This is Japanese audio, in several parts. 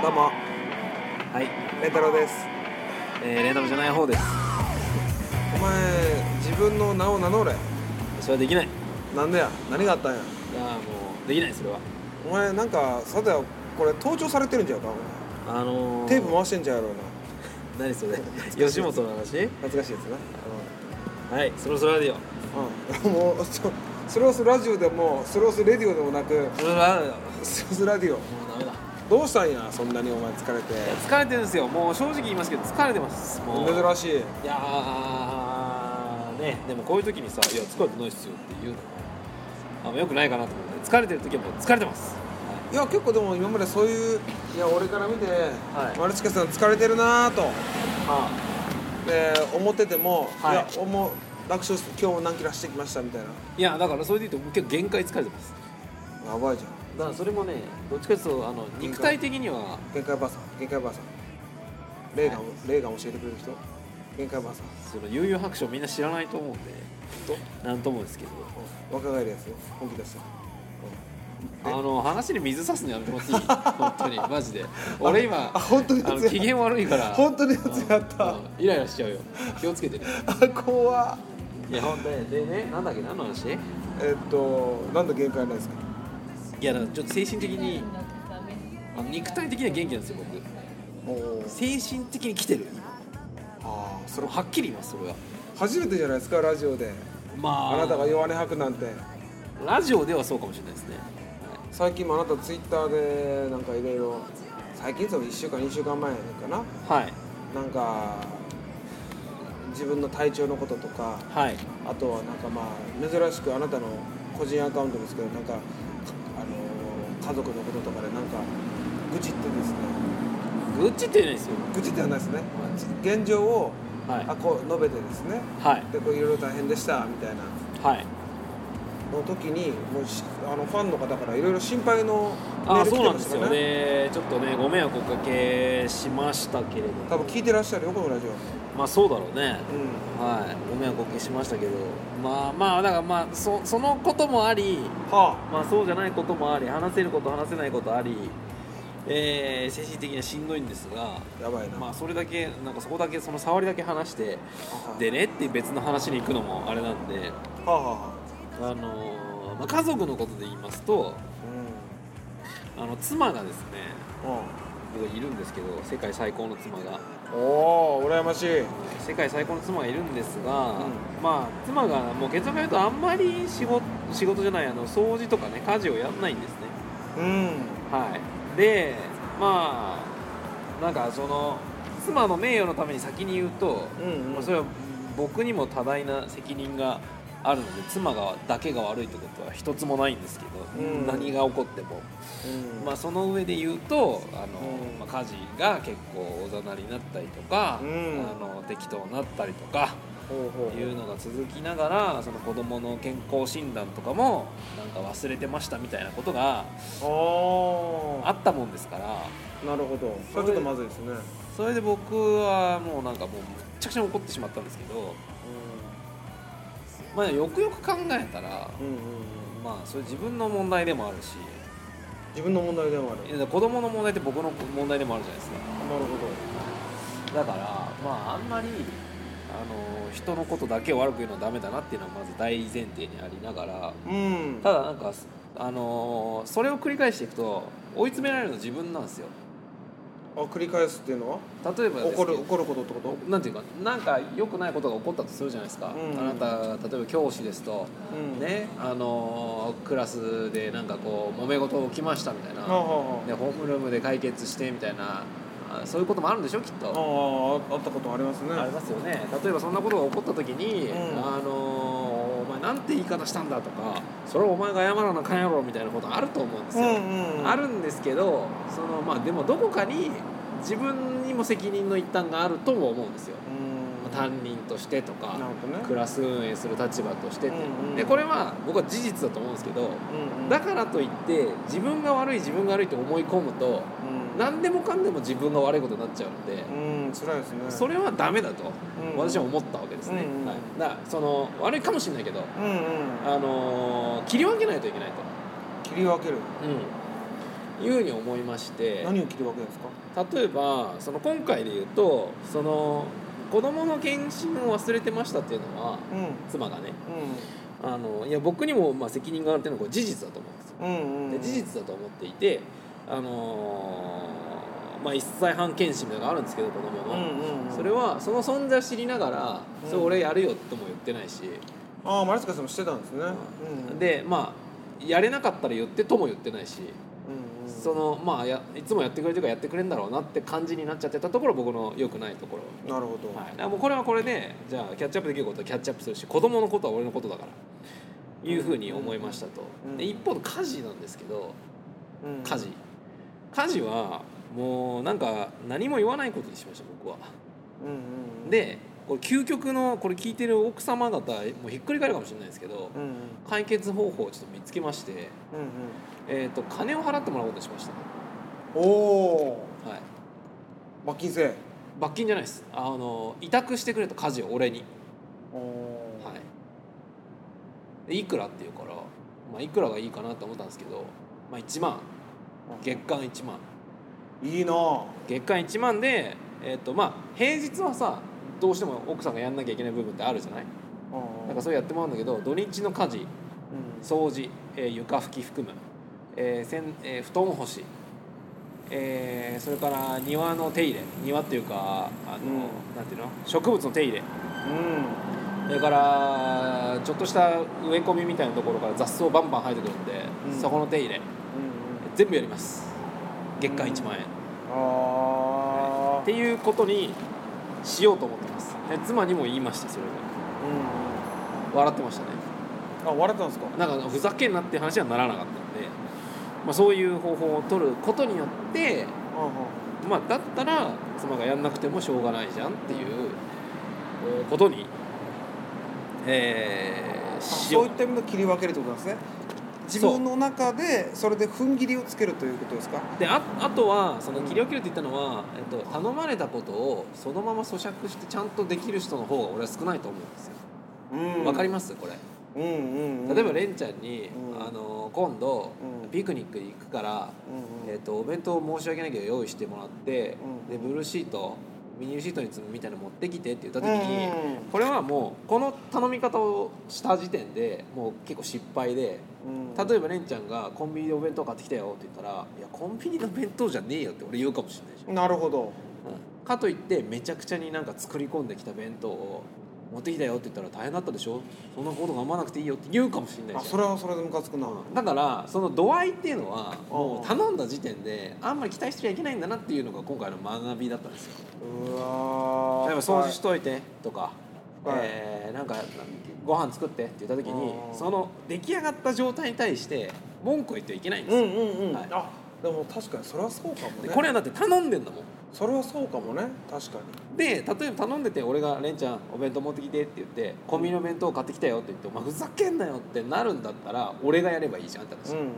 どうも、はい、レンタロウです。えー、レンタルじゃない方ですお前、自分の名を名乗れ。それはできないいなんでや、何があったんや。やーもうできないそれはお前、なんか、さては、これ、盗聴されてるんじゃうか、あおのー、前。テープ回してんじゃうやろうな。何それ 吉本の懐話かしいやつな。はいそろそろラディうオん。もう、ちょスロースラジオでも、スロースレディオでもなく、そろそろラディオもスロースラディオ。うダメだどうしたんや、そんなにお前疲れて。いや疲れてるんですよもう正直言いますけど疲れてますもう珍しい。いやーねでもこういう時にさ「いや疲れてないっすよ」って言うのもあよくないかなと思って疲れてる時はもう疲れてますいや、結構でも今までそういう、いや、俺から見て、いマルチカさん疲れてるなぁと。はで思ってても、、はいいやもう楽勝っす今日も何キロ走ってきましたみたいないやだからそれで言うと結構限界疲れてますやばいじゃんだからそれもねどっちかというとあの限界肉体的には限界ばあさん限界ばあさんレーガン、レーガン教えてくれる人限界ばあさんその悠々白書みんな知らないと思うんでとなんともですけどうん若返るやつよ本気出したあの話に水差すのやめてほしい 本当にマジで俺今あ本当にやあつのや機嫌悪いから本当にやつやったうんイライラしちゃうよ気をつけてねあ怖っいや本当にでねなんだっけ何の話いえっとなんで限界なんですかやだからちょっと精神的にあの肉体的には元気なんですよ僕おお精神的に来てるああそそれれはっきり言いますそれは初めてじゃないですかラジオでまああなたが弱音吐くなんてラジオではそうかもしれないですね最近もあなたツイッターでなんかいろいろ最近そう1週間2週間前かなはいなんか自分の体調のこととかはいあとはなんかまあ珍しくあなたの個人アカウントですけどなんか、あの家族のこととかでなんか愚痴ってですね愚痴って言えないですよ愚痴ではないですね現状を、はいあこう述べてですねはいでこういろいろ大変でしたみたいなはいの時にもうしあのファンの方からいろいろ心配のメあール来そうてなまんでしすたよからねねちょっとねご迷惑をおかけしましたけれども多分聞いてらっしゃるよこのラジオ、まあそうだろうねうはいご迷惑をおかけしましたけどまあまあだからまあそそのこともありん、はまあそうじゃないこともあり話せること話せないことありえー精神的にはしんどいんですがあやばいな、まあそれだけなんかそこだけその触りだけ話してはあでねって別の話に行くのもあれなんではあはあはああのーまあ、家族のことで言いますとあの妻がですねうん、うん僕いるんですけど世界最高の妻がおお羨ましい世界最高の妻がいるんですが、うまあ妻がもう結論から言うとあんまり仕事仕事じゃないあの掃除とかね家事をやんないんですねうんはいでまあなんかその妻の名誉のために先に言うと、うんうまあんそれは僕にも多大な責任があるので妻がだけが悪いってことは一つもないんですけど、うん何が起こってもうんまあ、その上で言うとあの、うんまあ、家事が結構おざなりになったりとか、うんあの適当になったりとかほうほういうのが続きながらその子どもの健康診断とかもなんか忘れてましたみたいなことがほうああったもんですからあなるほどそれちょっとまずいですねうんそれで僕はもうなんかもうむっちゃくちゃ怒ってしまったんですけど、まあ、よくよく考えたうんら、うんまあ、それ自分の問題でもあるし自分の問題でもあるいや子どもの問題って僕の問題でもあるじゃないですか。なるほだからまああんまりあの人のことだけを悪く言うのはダメだなっていうのはまず大前提にありながらどうんただなんかあのそれを繰り返していくと追い詰められるの自分なんですよあ繰り返すっていうのは例えばですけ怒るど怒ることってことなんていうかなんか良くないことが起こったとするじゃないですか、うんあなた例えば教師ですと、うんねあのクラスでなんかこう揉め事起きましたみたいな、はあはでホームルームで解決してみたいなあそういうこともあるんでしょきっとあ、はああああったことありますねありますよね例えばそんなことが起こった時に「うんあのーお前なんて言い方したんだ」とか「それお前が謝らなあかんやろ」みたいなことあると思うんですうよ、んうんあるんですけどそのまあでもどこかに自分にも責任の一端があるとも思うんですようんなる担任としてとかほどねクラス運営する立場としてって、うんうんでこれは僕は事実だと思うんですけどうんうんだからといって自分が悪い自分が悪いと思い込むとうん何でもかんでも自分が悪いことになっちゃうので、うん辛いですねそれはダメだとうん私は思ったわけですね、うんうんはい、だからその悪いかもしれないけど、うんうんあのー切り分けないといけないと、切り分けるうん、いうに思いまして何を切るわけですか例えばその今回で言うとその子供の検診を忘れてましたっていうのはうん妻がねあのいや僕にもまあ責任があるっていうのはこれ事実だと思うんですようんうんうんで事実だと思っていてあのーまあ1歳半検診みたいなのがあるんですけど子供うの、んうんうんそれはその存在を知りながら「うんそれ俺やるよ」とも言ってないし、ああマリスカさんもしてたんですね、うん、でまあやれなかったら言ってとも言ってないしうんうんそのまあやいつもやってくれてるからやってくれるんだろうなって感じになっちゃってたところ僕の良くないところなるほど、はい、だからもうこれはこれでじゃあキャッチアップできることはキャッチアップするし子供のことは俺のことだからいうふうに思いましたと、うんで一方の家事なんですけどうん家事家事はもうなんか何も言わないことにしました僕はうんうんうん、でこれ究極のこれ聞いてる奥様方もうひっくり返るかもしれないですけどうんうん解決方法をちょっと見つけまして、うんえー、と金を払ってもらおうとしましうんおおた、はい、罰金制罰金じゃないですあの委託してくれと家事を俺におお、はい、でいくらっていうから、まあ、いくらがいいかなと思ったんですけど、まあ、1万月間1万いいなあ月間1万で、えっとまあ、平日はさどうしても奥さんがやんなきゃいけない部分ってあるじゃないなんかそれやってもらうんだけど土日の家事うん掃除、えー床拭き含む、えーせんえー布団干し、えーそれから庭の手入れ庭っていうかあの、うなんていうの植物の手入れうんそれからちょっとした植え込みみたいなところから雑草バンバン生えてくるんで、うんそこの手入れうん全部やります月間1万円、ああっていうことにしようと思ってますで妻にも言いましたそれうでん笑ってましたねあ笑ったんですかなんかふざけんなって話にはならなかったんで、まあ、そういう方法を取ることによって、うんうんまあ、だったら妻がやんなくてもしょうがないじゃんっていうえーことに、えー、あしよそうういった意味の切り分けるってことなんですね自分の中でそれで踏ん切りをつけるということですかでああとはその切り分けるって言ったのは、えっと、頼まれたことをそのまま咀嚼してちゃんとできる人の方が俺は少ないと思うんですよ。うんわかりまますこれすうんうんうん例えばレンちゃんに、うんあの今度、うんピクニックに行くから、うんうんえっとお弁当を申し訳ないけど用意してもらって、うんでブルーシートビニールシートに包むみたいなの持ってきてって言った時に、うんこれはもうこの頼み方をした時点でもう結構失敗でうん例えばレンちゃんが「コンビニでお弁当買ってきたよ」って言ったら「いやコンビニの弁当じゃねえよ」って俺言うかもしれないじゃん、なるほどかといってめちゃくちゃになんか作り込んできた弁当を持ってきたよって言ったら大変だったでしょそんなこと頑張らなくていいよって言うかもしれなあいじそゃんれはそれでムカつくなだからその度合いっていうのはもう頼んだ時点であんまり期待しちゃいけないんだなっていうのが今回の学びだったんですようわ例えば掃除しといてとか、はいえーなんかご飯作ってって言った時にあーその出来上がった状態に対して文句を言ってはいけないんですうんよ、うんうん、はいあでも確かにそれはそうかもでねこれはだって頼んでんだもんそれはそうかもね確かにで例えば頼んでて俺が「レンちゃんお弁当持ってきて」って言って「コンビニの弁当買ってきたよ」って言って「お前ふざけんなよ」ってなるんだったら俺がやればいいじゃんって話、うんうん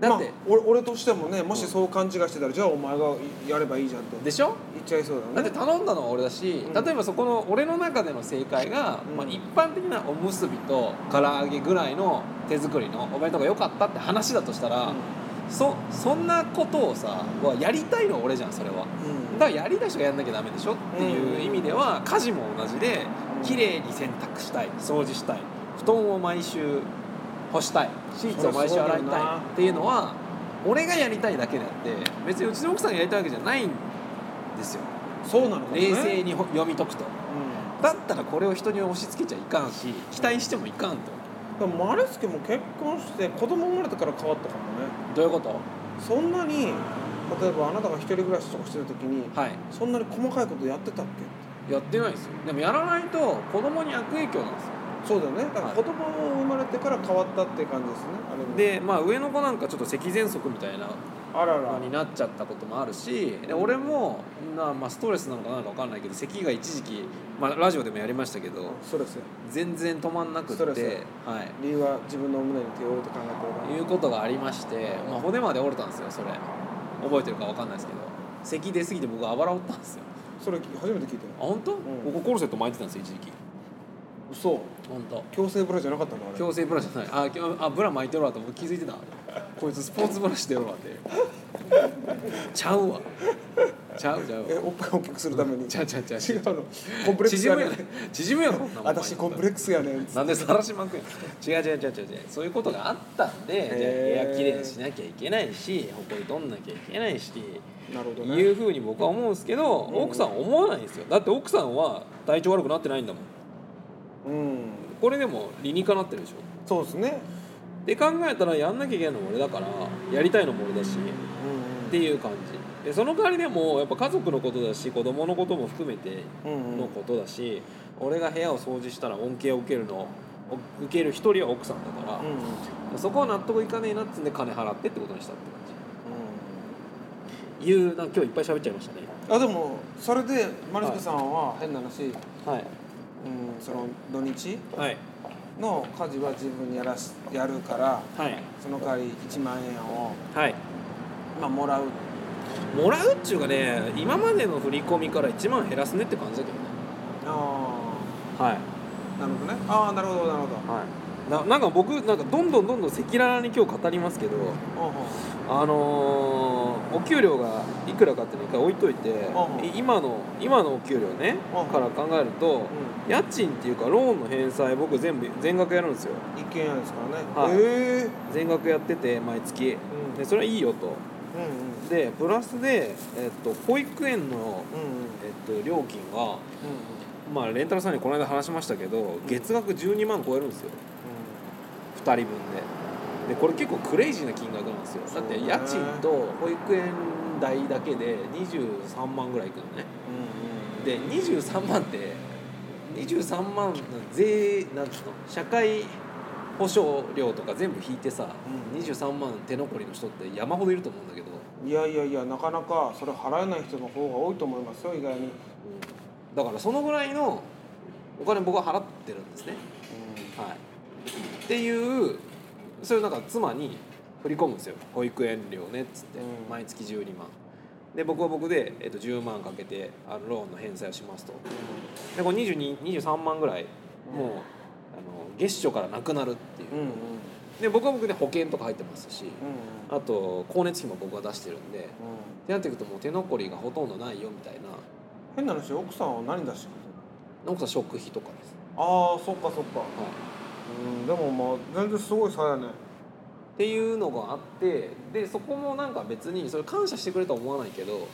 だってまあ、俺俺としてもねもしそう勘違いしてたら、じゃあお前がやればいいじゃんってでしょ言っちゃいそうだだってね頼んだのは俺だし、うん例えばそこの俺の中での正解が、うんまあ、一般的なおむすびと唐揚げぐらいの手作りのお弁当が良かったって話だとしたら、そそんなことをさはやりたいのは俺じゃんそれはうん、うんだからやりたい人がやんなきゃダメでしょっていう意味では家事も同じでうん綺麗に洗濯したい掃除したい布団を毎週干したいシーツを毎週洗そりゃいそうただいよなっていうのは俺がやりたいだけであって別にうちの奥さんがやりたいわけじゃないんですよそうなのかもね冷静にほ読み解くとだったらこれを人に押し付けちゃいかんし期待してもいかんとうん、でもマレスケも結婚して子供生まれてから変わったかもねどういうことそんなに例えばあなたが一人暮らしとかしてる時にはいそんなに細かいことやってたっやってないですよでもやらないと子供に悪影響なんですよけそうだよねだからはい子供を生まれてから変わったって感じですねあれもでまあ上の子なんかちょっと咳喘息みたいなあららになっちゃったこともあるしで俺もな、まあ、ストレスなのかなんか分かんないけど咳が一時期、まあ、ラジオでもやりましたけどストレス全然止まんなくっストレてス、は理由は自分の胸に手を置いて考えてるからい、いうことがありまして、まあ、骨まで折れたんですよそれ覚えてるか分かんないですけど咳出すぎて僕あばら折ったんですよそれ初めて聞いたよあ本当、んここコルセット巻いてたんですよ一時期嘘本当。強制ブラじゃなかったのあれ強制ブラじゃないあきょあブラ巻いてるわと思って気づいてたこいつスポーツブラしてるわってちゃうわちゃうちゃうえおっぱい大きくするためにちゃうちゃうちゃう違うのコンプレックス縮やむねやんん縮むやろこんなもん私コンプレックスやねんなんでさらしまくん違う違う違う違う違うそういうことがあったんでじゃあへー部屋きれいにしなきゃいけないしほこり取んなきゃいけないしなるほどねいうふうに僕は思うんですけどうん奥さんは思わないんですよだって奥さんは体調悪くなってないんだもんうんこれでも理にかなってるでしょそうですねで考えたらやんなきゃいけないのも俺だからやりたいのも俺だしっうんていう感じでその代わりでもやっぱ家族のことだし子供のことも含めてうんうんのことだし、俺が部屋を掃除したら恩恵を受けるのお受ける一人は奥さんだからうん、うんそこは納得いかねえなっつうんで金払ってってことにしたって感じいうなんか今日いっぱい喋っちゃいましたねあでもそれでマリスケさんは変な話、はいうん、その土日はいの家事は自分にやらしやるからはいその代わり1万円を、はいまあ、もらうもらうっちゅうかね今までの振り込みから1万減らすねって感じだけどねあはいあなるほどねああなるほどなるほどはい、ななんか僕なんかどんどんどんどん赤裸々に今日語りますけどおうおうあのーお給料がいくらかっていうの一回置いといてうんうんい今の今のお給料ねうんうんから考えると家賃っていうかローンの返済僕全部全額やるんですようん、一軒家ですからね、はいええ全額やってて毎月うんでそれはいいよとうんでプラスで、えっと、保育園うんの、うんうんえっと、料金がまあレンタルさんにこの間話しましたけど月額12万超えるんですよ2人分ででこれ結構クレイジーな金額なんですよだってそうね家賃と保育園代だけで23万ぐらいいくのねうんで23万って23万の税なんつうの社会保障料とか全部引いてさ、うん23万手残りの人って山ほどいると思うんだけど、うん、いやいやいやなかなかそれ払えない人の方が多いと思いますよ意外に、うん、だからそのぐらいのお金僕は払ってるんですねはい、っていうそれをなんか妻に振り込むんですよ保育園料ねっつって、うん毎月12万で僕は僕で、えっと、10万かけてあのローンの返済をしますとでこれ22 23万ぐらいもう、あの月初からなくなるっていううんうんうんで僕は僕で保険とか入ってますしうんあと光熱費も僕は出してるんでっうんてなっていくともう手残りがほとんどないよみたいな変な話奥さんは何出してくれる奥さん食費とかです、ああそっかそっかはい、うんでもまあ全然すごい差やねっていうのがあってでそこもなんか別にそれ感謝してくれとは思わないけどうんうん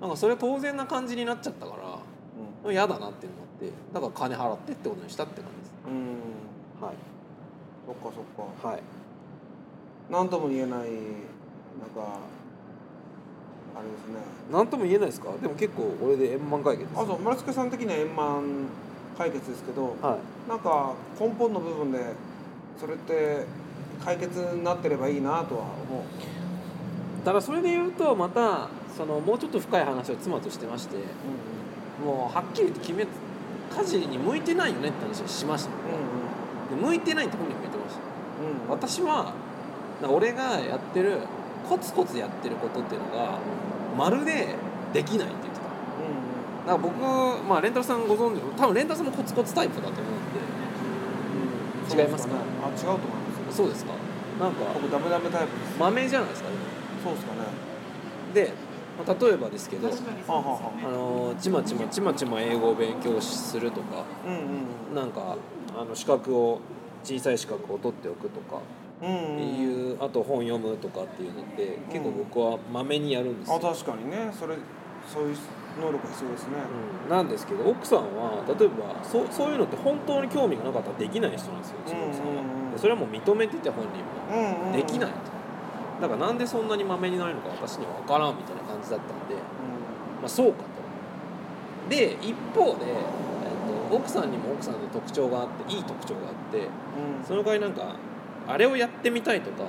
なんかそれ当然な感じになっちゃったから嫌だなっていうのもあってだから金払ってってことにしたって感じですうん、うん、はそっかそっかいはい何とも言えないなんかあれですね何とも言えないですかでも結構俺で円満解決ですあと丸助さん的には円満解決ですけどはいなんか根本の部分でそれって解決になってればいいなとは思ただそれで言うとまたそのもうちょっと深い話を妻としてましてううもうはっきり言って決め家事に向いてないよねって話をしましたんうんで向いてないって本人も言ってましたうんうん私はなんか俺がやってるコツコツやってることっていうのがまるでできないって言ってうたんうんなんか僕、まあ、レンタルさんご存知多分レンタルさんもコツコツタイプだと思うんうん違いますかそうっねあ違うと思いますでそうですかなんか僕ダメダメタイプです豆じゃないですかそうですかねでで、まあ、例えばですけど確かにはあそうはですよね。あのちまちまちまちま英語を勉強するとかあはあうんなんかあの資格を小さい資格を取っておくとかうんうんってうんうんいうあと本読むとかっていうのって結構僕はまめにやるんですよあ確かにねそれそういう能力が必要ですねうんなんですけど奥さんは例えばそうそういうのって本当に興味がなかったらできない人なんですようちの奥さんは、うんうんうんでそれはもう認めてて本人もうんうんできないうんとだからなんでそんなにマメになれるのか私には分からんみたいな感じだったんで、まあ、そうかとで一方で、えっと、奥さんにも奥さんの特徴があっていい特徴があってうんその代わりなんかあれをやってみたいとか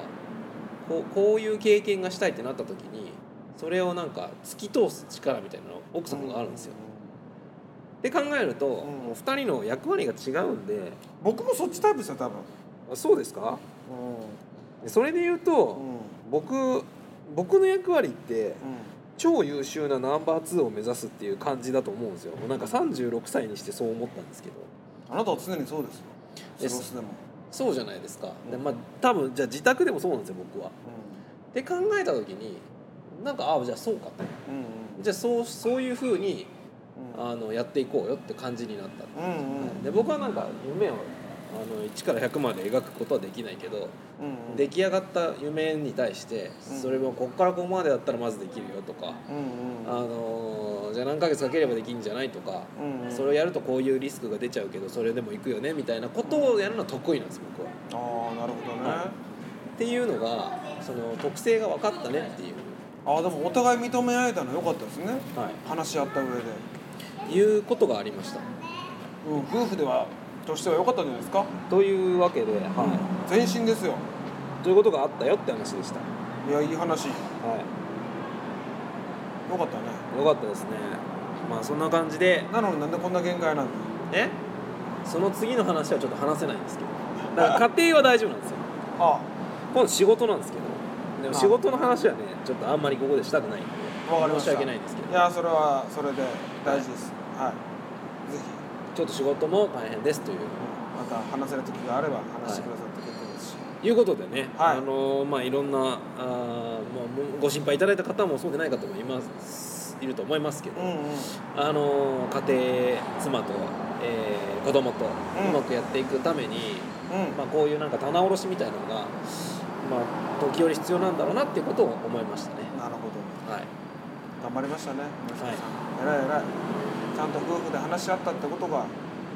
こうこういう経験がしたいってなった時にそれをなんか突き通す力みたいなのを奥さんのがあるんですよ、って考えると、んもう2人の役割が違うんで僕もそっちタイプですよ多分そうですかうそれで言うと、んうん僕僕の役割って超優秀なナンバー2を目指すっていう感じだと思うんですよなんか36歳にしてそう思ったんですけどあなたは常にそうですでよ過すごすでも、そうじゃないですか、でうんまあ多分じゃあ自宅でもそうなんですよ僕は。うで考えた時になんかああじゃあそうかとん、うんじゃあそうそういうふうにうんあのやっていこうよって感じになった、うんうんで僕はなんか夢をあの1から100まで描くことはできないけど、うんうん出来上がった夢に対してうんそれもこっからここまでだったらまずできるよとか、うんうんあのーじゃあ何ヶ月かければできるんじゃないとか、うんうんそれをやるとこういうリスクが出ちゃうけどそれでも行くよねみたいなことをやるのは得意なんです僕は。ああなるほどね、はっていうのがその特性が分かったねっていう、ああでもお互い認め合えたの良かったですね話し合った上で、い、うことがありました。うん、夫婦ではとしては良かったんじゃないですかというわけで、は前進ですよい、ということがあったよって話でした。いやいい話良はいかったねよかったですねまあそんな感じでなのになんでこんな限界なんだねその次の話はちょっと話せないんですけどだから家庭は大丈夫なんですよあ今度仕事なんですけどでもあ仕事の話はねちょっとあんまりここでしたくないんでわかりました申し訳ないんですけどいやそれはそれで大事ですはいぜひちょっと仕事も大変ですというまた話せる時があれば話してくださって結構ですし、いうことでね、はいあのーまあいろんなあー、まあ、もうご心配いただいた方もそうでない方もいますいると思いますけど、うんうんあのー家庭妻と、えー子供とうんうまくやっていくために、うんまあ、こういうなんか棚卸しみたいなのが、まあ、時折必要なんだろうなっていうことを思いましたね。なるほどはい、頑張りましたね息子さん、偉い偉いちゃんと夫婦で話し合ったってことが、はい、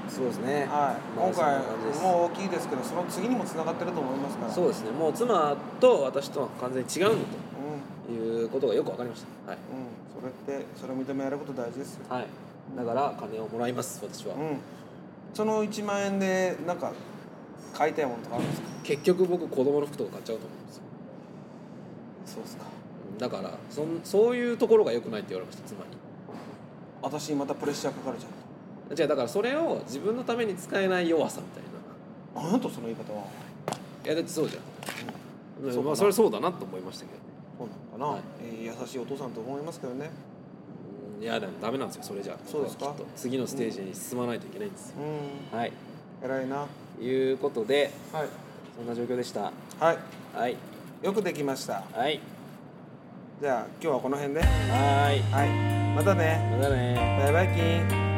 そうですね今回ももう大きいですけどその次にもつながってると思いますからそうですねもう妻と私とは完全に違うんだうんうんということがよく分かりましたはい、それってそれを認めやること大事ですよ、はい、だから金をもらいます私は、うん、その1万円でなんか買いたいものとかあるんですか結局僕子供の服とか買っちゃうと思うんですよそうですかだからそんそういうところが良くないって言われました妻に私にまたプレッシャーかかるじゃんじゃあだからそれを自分のために使えない弱さみたいなあなたその言い方はいやだってそうじゃん、うんそそううかまあ、なそれそうだなと思いましたけどねそうなのかな、はいえー優しいお父さんと思いますけどねうんいやでもダメなんですよそれじゃそうですか僕はきっと次のステージに進まないといけないんですよ、うんはい偉いなはいうことでいそんな状況でしたはいはいよくできましたはいじゃあ今日はこの辺ではーいはいまたねまたねバイバイキン